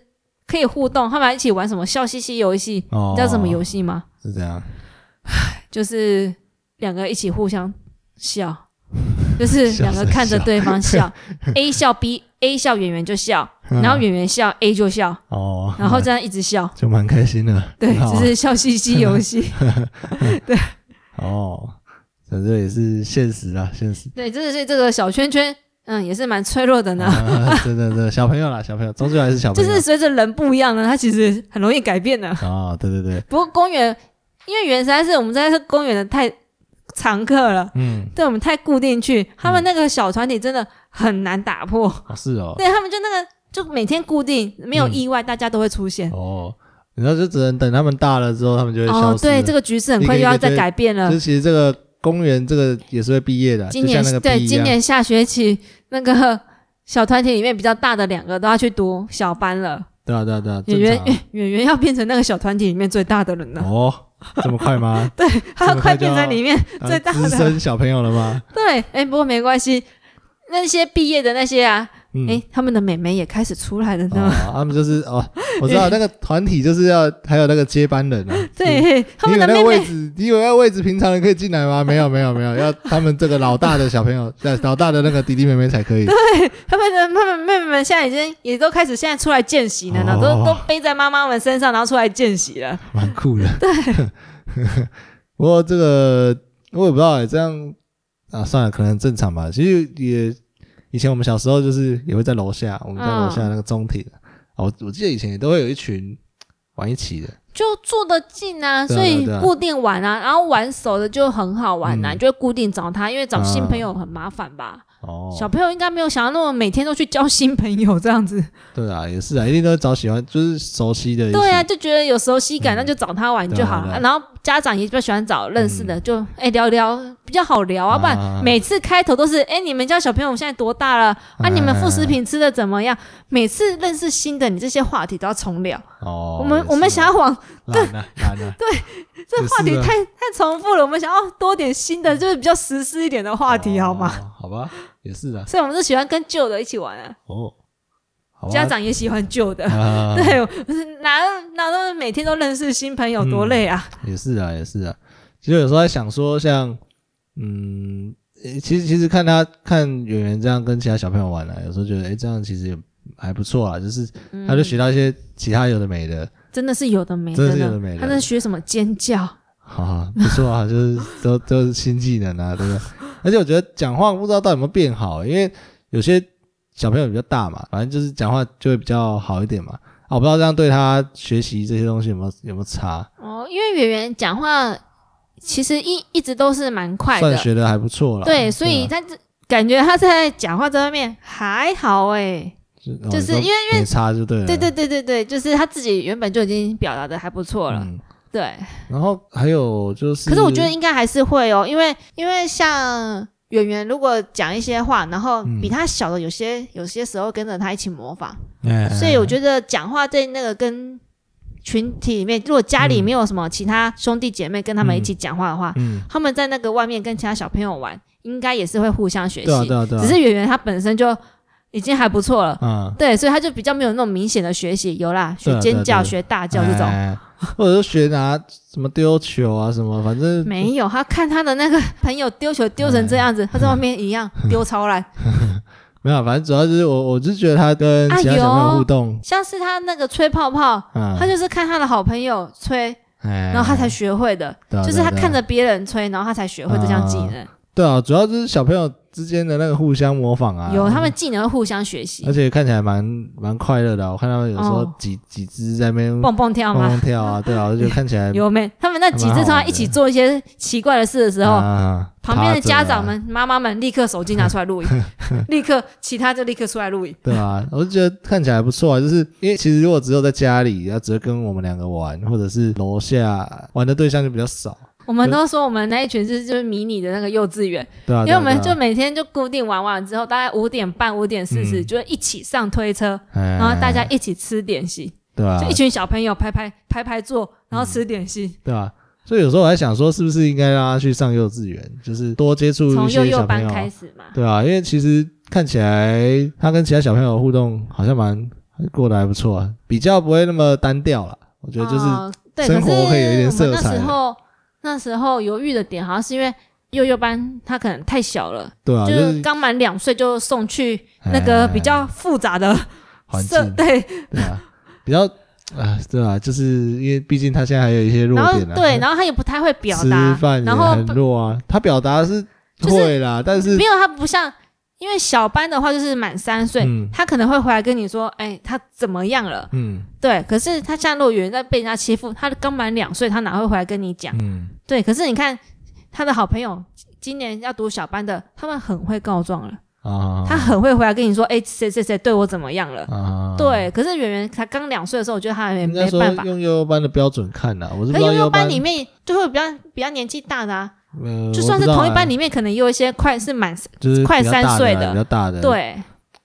Speaker 2: 可以互动，他们还一起玩什么笑嘻嘻游戏，
Speaker 1: 哦
Speaker 2: 你知道什么游戏吗？
Speaker 1: 是这样，
Speaker 2: 就是两个一起互相 笑，就是两个看着对方笑嗯，A 笑 B，A 笑圆圆就笑，然后圆圆笑 A 就笑，
Speaker 1: 啊哦，
Speaker 2: 然后
Speaker 1: 那
Speaker 2: 这样一直笑，
Speaker 1: 就蛮开心的。
Speaker 2: 对，
Speaker 1: 很好啊
Speaker 2: 就是笑嘻嘻游戏。
Speaker 1: 哦，反正也是现实啦，现实。
Speaker 2: 对，真的是这个小圈圈，嗯，也是蛮脆弱的呢。
Speaker 1: 啊真的，真的，小朋友啦，小朋友，终究还是小
Speaker 2: 就
Speaker 1: 朋友。
Speaker 2: 是随着人不一样呢，它其实很容易改变的。
Speaker 1: 啊，对对对，
Speaker 2: 不过公园，因为原实在是我们在这公园的太常客了，
Speaker 1: 嗯，
Speaker 2: 对我们太固定去，他们那个小团体真的很难打破。
Speaker 1: 哦是哦，
Speaker 2: 对他们就那个就每天固定，没
Speaker 1: 嗯
Speaker 2: 有意外，大家都会出现。
Speaker 1: 哦，然后就只能等他们大了之后，他们就会消
Speaker 2: 哦，
Speaker 1: 失了。
Speaker 2: 对，这个局势很
Speaker 1: 一个
Speaker 2: 快
Speaker 1: 一
Speaker 2: 就
Speaker 1: 个
Speaker 2: 要再
Speaker 1: 对
Speaker 2: 改变了
Speaker 1: 就。其实这个公园这个也是会毕业的，
Speaker 2: 嗯
Speaker 1: 啊
Speaker 2: 今
Speaker 1: 就
Speaker 2: 年
Speaker 1: 像那个
Speaker 2: 对
Speaker 1: 毕一
Speaker 2: 今
Speaker 1: 样
Speaker 2: 年下学期那个小团体里面比较大的两个都要去读小班了，
Speaker 1: 对啊对啊对啊，正
Speaker 2: 演员
Speaker 1: 常啊
Speaker 2: 演员要变成那个小团体里面最大的人了，
Speaker 1: 哦，这么快吗？
Speaker 2: 对， 他
Speaker 1: 这么快
Speaker 2: 快
Speaker 1: 就
Speaker 2: 变成里面
Speaker 1: 啊
Speaker 2: 最大
Speaker 1: 资
Speaker 2: 的。
Speaker 1: 深小朋友了 吗？
Speaker 2: 对，哎，不过没关系，那些毕业的那些啊，
Speaker 1: 嗯，
Speaker 2: 哎，他们的妹妹也开始出来了
Speaker 1: 哦
Speaker 2: 呢。，
Speaker 1: 他们就是哦，我知道那个团体就是要还有那个接班人啊，嗯。
Speaker 2: 对，他
Speaker 1: 你以为
Speaker 2: 们
Speaker 1: 那
Speaker 2: 的
Speaker 1: 个
Speaker 2: 妹
Speaker 1: 位
Speaker 2: 妹
Speaker 1: 置，你以为那个位置平常人可以进来吗？没有，没有，没有，要他们这个老大的小朋友， 对老大的那个弟弟妹妹才可以。
Speaker 2: 他们的他们妹妹们现在已经也都开始现在出来见习了呢，
Speaker 1: 哦
Speaker 2: 都都背在妈妈们身上，然后出来见习了。
Speaker 1: 蛮酷的。对， 不过这个我也不知道、欸，这样啊，算了，可能正常吧。其实也以前我们小时候就是也会在楼下，我们家楼
Speaker 2: 嗯
Speaker 1: 下那个中庭、啊，我我记得以前也都会有一群玩一起的，
Speaker 2: 就住得近啊，
Speaker 1: 对啊
Speaker 2: 所以
Speaker 1: 对啊
Speaker 2: 固定玩啊，然后玩熟了就很好玩啊，
Speaker 1: 嗯
Speaker 2: 你就会固定找他，因为找新朋友很麻烦吧。
Speaker 1: 哦，
Speaker 2: 小朋友应该没有想到那么每天都去交新朋友这样子，
Speaker 1: 对啊，也是啊，一定都会找喜欢就是熟悉的一起，
Speaker 2: 对啊，就觉得有熟悉感，
Speaker 1: 嗯
Speaker 2: 那就找他玩就好
Speaker 1: 对
Speaker 2: 了。
Speaker 1: 啊对啊嗯
Speaker 2: 然后家长也比较喜欢找认识的，就哎、聊聊比较好聊啊，不
Speaker 1: 啊
Speaker 2: 然每次开头都是哎、你们家小朋友现在多大了
Speaker 1: 哎
Speaker 2: 啊？你们副食品吃的怎么样？每次认识新的，你这些话题都要重聊。
Speaker 1: 哦，
Speaker 2: 我们我们想
Speaker 1: 要
Speaker 2: 要往
Speaker 1: 懒啊懒啊，
Speaker 2: 这
Speaker 1: 也
Speaker 2: 话
Speaker 1: 是
Speaker 2: 题
Speaker 1: 啊
Speaker 2: 太太重复了，我们想要多点新的，就是比较实施一点的话题，好吗？
Speaker 1: 哦？好吧，也是啊，
Speaker 2: 所以我们是喜欢跟旧的一起玩啊，
Speaker 1: 哦，好吧
Speaker 2: 家长也喜欢旧的。
Speaker 1: 啊，
Speaker 2: 对，我哪哪都每天都认识新朋友，多累啊！
Speaker 1: 也是啊，也是啊。其实有时候在想说像，嗯，诶其实其实看他看演员这样跟其他小朋友玩啊，有时候觉得，哎、这样其实也还不错啊，就是
Speaker 2: 嗯
Speaker 1: 他就学到一些其他有的没的，
Speaker 2: 真的是有的没
Speaker 1: 真的是
Speaker 2: 呢
Speaker 1: 有的没的
Speaker 2: 他在学什么尖叫？
Speaker 1: 哈、哈，不错啊，就是都都是新技能啊，对不对？而且我觉得讲话不知道到底有没有变好，因为有些小朋友比较大嘛，反正就是讲话就会比较好一点嘛。啊，我不知道这样对他学习这些东西有没有有没有差，
Speaker 2: 哦，因为圆圆讲话其实一一直都是蛮快
Speaker 1: 算
Speaker 2: 的，
Speaker 1: 学的还不错了。
Speaker 2: 对，所以
Speaker 1: 啊
Speaker 2: 他这感觉他在讲话这方面还好哎、
Speaker 1: 就
Speaker 2: 就是因为
Speaker 1: 为没差哦就对了，
Speaker 2: 对对对对对，就是他自己原本就已经表达的还不错了，
Speaker 1: 嗯
Speaker 2: 对。
Speaker 1: 然后还有就是，
Speaker 2: 可是我觉得应该还是会哦，因为因为像圆圆如果讲一些话，然后
Speaker 1: 嗯
Speaker 2: 比他小的有些、有些时候跟着他一起模仿，
Speaker 1: 哎，
Speaker 2: 所以我觉得讲话在那个跟群体里面，如果家里没有什么其他兄弟姐妹跟他们一起讲话的话，
Speaker 1: 嗯，
Speaker 2: 他们在那个外面跟其他小朋友玩，应该也是会互相学习。
Speaker 1: 对啊对啊对啊，
Speaker 2: 只是圆圆她本身就已经还不错了。
Speaker 1: 嗯，
Speaker 2: 对，所以他就比较没有那种明显的学习，有啦，
Speaker 1: 对
Speaker 2: 学
Speaker 1: 啊对啊
Speaker 2: 尖叫、
Speaker 1: 对啊
Speaker 2: 学大叫这种，
Speaker 1: 哎，或者是学拿什么丢球啊什么，反正
Speaker 2: 没有，他看他的那个朋友丢球丢成这样子，他在外面一样丢超烂。
Speaker 1: 嗯没有，啊反正主要就是我我是觉得他跟
Speaker 2: 哎
Speaker 1: 其他小朋友互动，
Speaker 2: 像是他那个吹泡泡，
Speaker 1: 嗯，
Speaker 2: 他就是看他的好朋友吹，
Speaker 1: 哎，
Speaker 2: 然后他才学会的，
Speaker 1: 对啊
Speaker 2: 就是他看着别人吹，然后他才学会这项技能。
Speaker 1: 对啊，主要就是小朋友之间的那个互相模仿啊，哎
Speaker 2: 有他们。技能会互相学
Speaker 1: 而
Speaker 2: 习，
Speaker 1: 且看起来蛮蛮快乐的啊、我看他们有时候
Speaker 2: 哦
Speaker 1: 几、几只在那边蹦
Speaker 2: 蹦蹦跳吗
Speaker 1: 蹦？跳啊，对啊，我就看起来
Speaker 2: 有没？他们那几
Speaker 1: 哎
Speaker 2: 只常常一起做一些奇怪的事的时候，
Speaker 1: 啊、
Speaker 2: 旁边
Speaker 1: 趴
Speaker 2: 的
Speaker 1: 着啊
Speaker 2: 家长们、妈妈们立刻手机拿出来录影， 立刻其他就立刻出来录影。
Speaker 1: 对啊，我就觉得看起来还不错啊，就是因为其实如果只有在家里，要只会跟我们两个玩，或者是楼下玩的对象就比较少，
Speaker 2: 我们都说我们那一群是就是迷你的那个幼稚园，
Speaker 1: 对啊，
Speaker 2: 因为我们
Speaker 1: 对
Speaker 2: 就
Speaker 1: 啊
Speaker 2: 每天就固定玩完之后，大概五点半、五点四十
Speaker 1: 嗯
Speaker 2: 就会一起上推车，
Speaker 1: 哎
Speaker 2: 然后大家一起吃点心，
Speaker 1: 对啊
Speaker 2: 就一，群小朋友排排排排坐，然后吃点心，
Speaker 1: 对啊，所以有时候我还想说，是不是应该让他去上幼稚园，就是多接触
Speaker 2: 从
Speaker 1: 一
Speaker 2: 幼
Speaker 1: 些小
Speaker 2: 幼
Speaker 1: 朋
Speaker 2: 班
Speaker 1: 友，
Speaker 2: 开始嘛。
Speaker 1: 对啊，因为其实看起来他跟其他小朋友的互动好像蛮过得还不错啊，比较不会那么单调了。我觉得就是、
Speaker 2: 哦对，
Speaker 1: 生
Speaker 2: 可
Speaker 1: 活
Speaker 2: 是
Speaker 1: 会有一点色
Speaker 2: 我们那
Speaker 1: 彩
Speaker 2: 时候那时候犹豫的点，好像是因为幼幼班他可能太小了，
Speaker 1: 对啊，
Speaker 2: 就
Speaker 1: 就是是哎
Speaker 2: 刚满两岁就送去那个比较复杂的
Speaker 1: 环
Speaker 2: 社，
Speaker 1: 境，
Speaker 2: 对，
Speaker 1: 对啊，比较啊，对啊，就是因为毕竟他现在还有一些弱
Speaker 2: 然后
Speaker 1: 点啊，
Speaker 2: 对，然后他也不太会表
Speaker 1: 吃
Speaker 2: 达
Speaker 1: 饭，也
Speaker 2: 然后
Speaker 1: 很弱啊，他表达是
Speaker 2: 就是
Speaker 1: 会啦，但是
Speaker 2: 没有他不像。因为小班的话就是满三岁，
Speaker 1: 嗯
Speaker 2: 他可能会回来跟你说：“哎、他怎么样了
Speaker 1: 嗯？”
Speaker 2: 对，可是他像若元在被人家欺负，他刚满两岁，他哪会回来跟你讲？
Speaker 1: 嗯，
Speaker 2: 对，可是你看他的好朋友今年要读小班的，他们很会告状了，
Speaker 1: 啊，
Speaker 2: 他很会回来跟你说，哎、谁谁谁对我怎么样了。
Speaker 1: 啊，
Speaker 2: 对，可是圆圆才刚两岁的时候，我觉得他还没
Speaker 1: 应该
Speaker 2: 没
Speaker 1: 说
Speaker 2: 办法。
Speaker 1: 用幼幼班的标准看啦，我是不
Speaker 2: 可
Speaker 1: 知道
Speaker 2: 幼
Speaker 1: 幼
Speaker 2: 幼
Speaker 1: 班
Speaker 2: 班里面就会比较比较年纪大的啊，
Speaker 1: 呃
Speaker 2: 就算是同一班，里面，可能也有一些快是满
Speaker 1: 我不知道欸就是
Speaker 2: 快
Speaker 1: 比较
Speaker 2: 三
Speaker 1: 大
Speaker 2: 岁
Speaker 1: 啦
Speaker 2: 的
Speaker 1: 比较大的，
Speaker 2: 对，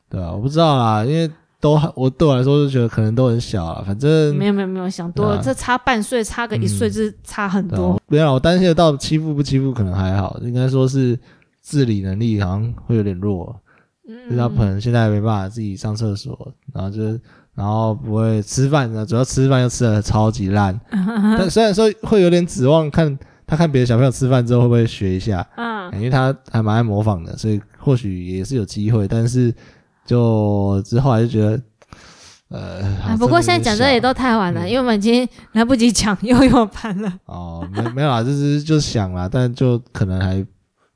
Speaker 1: 对啊，我不知道啦，因为都还我对我来说就觉得可能都很小啊，反正
Speaker 2: 没有没有没有想多了，
Speaker 1: 对啊
Speaker 2: 这差半岁，差个一岁
Speaker 1: 嗯
Speaker 2: 就是差很
Speaker 1: 对啊
Speaker 2: 多。
Speaker 1: 没有啦，我担心的到欺负不欺负可能还好，应该说是自理能力好像会有点弱，就是他可
Speaker 2: 嗯，
Speaker 1: 能现在没办法自己上厕所，然后就是然后不会吃饭呢，主要吃饭又吃的超级 烂，但虽然说会有点指望看他看别的小朋友吃饭之后会不会学一下，
Speaker 2: 嗯，
Speaker 1: 因为他还蛮爱模仿的，所以或许也是有机会，但是就之后还是觉得。呃，好
Speaker 2: 啊，不过现在讲这
Speaker 1: 真
Speaker 2: 也
Speaker 1: 的有点小
Speaker 2: 都太晚了，
Speaker 1: 嗯
Speaker 2: 因为我们已经来不及讲 幼幼班了。
Speaker 1: 哦，没没有啦，就是就是想啦，但就可能还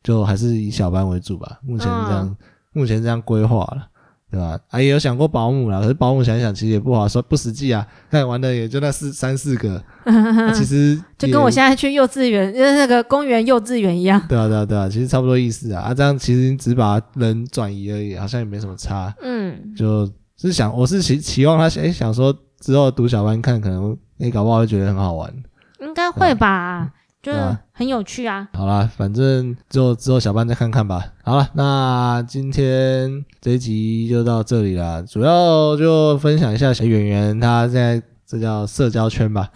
Speaker 1: 就还是以小班为主吧。目前是这样，
Speaker 2: 嗯
Speaker 1: 目前是这样规划了，对吧？啊，也有想过保姆啦，可是保姆想一想其实也不好说，不实际啊。看玩的也就那四三四个，啊其实
Speaker 2: 就
Speaker 1: 也
Speaker 2: 跟我现在去幼稚园，就是那个公园幼稚园一样。
Speaker 1: 对啊对啊对啊，其实差不多意思啊。啊，这样其实你只把人转移而已，好像也没什么差。
Speaker 2: 嗯，
Speaker 1: 就是想，我是期期望他哎、想说之后读小班看，可能哎、搞不好会觉得很好玩。
Speaker 2: 应该会吧，就
Speaker 1: 对啊
Speaker 2: 很有趣啊。
Speaker 1: 好啦，反正就之后小班再看看吧。好了，那今天这一集就到这里啦，主要就分享一下小圆圆她现在这叫社交圈 吧，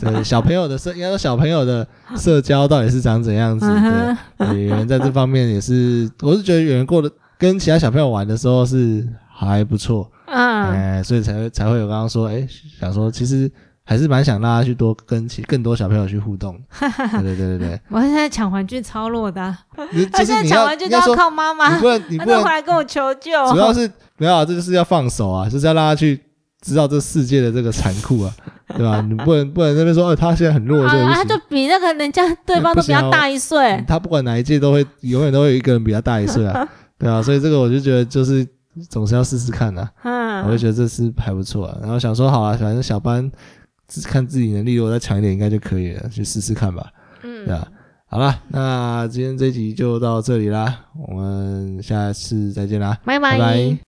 Speaker 1: 对小朋友的社，应该说小朋友的社交到底是长怎样子。
Speaker 2: 嗯哼，
Speaker 1: 对，圆圆在这方面也是，我是觉得圆圆过得跟其他小朋友玩的时候是还不错，
Speaker 2: 嗯，
Speaker 1: 哎、所以才会才会有刚刚说，哎、想说其实还是蛮想让他去多跟其更多小朋友去互 动。对对对对对，
Speaker 2: 我现在抢玩具超弱的啊，
Speaker 1: 你
Speaker 2: 他
Speaker 1: 就是
Speaker 2: 现在
Speaker 1: 你
Speaker 2: 抢
Speaker 1: 要
Speaker 2: 玩具
Speaker 1: 你
Speaker 2: 都
Speaker 1: 要
Speaker 2: 要
Speaker 1: 说，
Speaker 2: 靠妈妈
Speaker 1: 你，不能你
Speaker 2: 他
Speaker 1: 不
Speaker 2: 都回
Speaker 1: 能，
Speaker 2: 来跟我求救。
Speaker 1: 主要是没有、啊，这就是要放手啊，就是要让他去知道这世界的这个残酷啊，对吧？你不能不能那边说，哦，他现在很弱，所以
Speaker 2: 啊，
Speaker 1: 不
Speaker 2: 他
Speaker 1: 行
Speaker 2: 就比那个人家对方都比
Speaker 1: 不行
Speaker 2: 较
Speaker 1: 啊
Speaker 2: 大一岁
Speaker 1: 嗯。他不管哪一届都会永远都会有一个人比他大一岁 啊，对啊，所以这个我就觉得就是总是要试试看啊。我就
Speaker 2: 嗯，
Speaker 1: 觉得这次还不错、啊。然后想说，好啊，反正小班自看自己能力，如果再强一点，应该就可以了，去试试看吧，对吧、
Speaker 2: 嗯，
Speaker 1: 好啦，那今天这集就到这里啦，我们下次再见啦，
Speaker 2: 拜
Speaker 1: 拜拜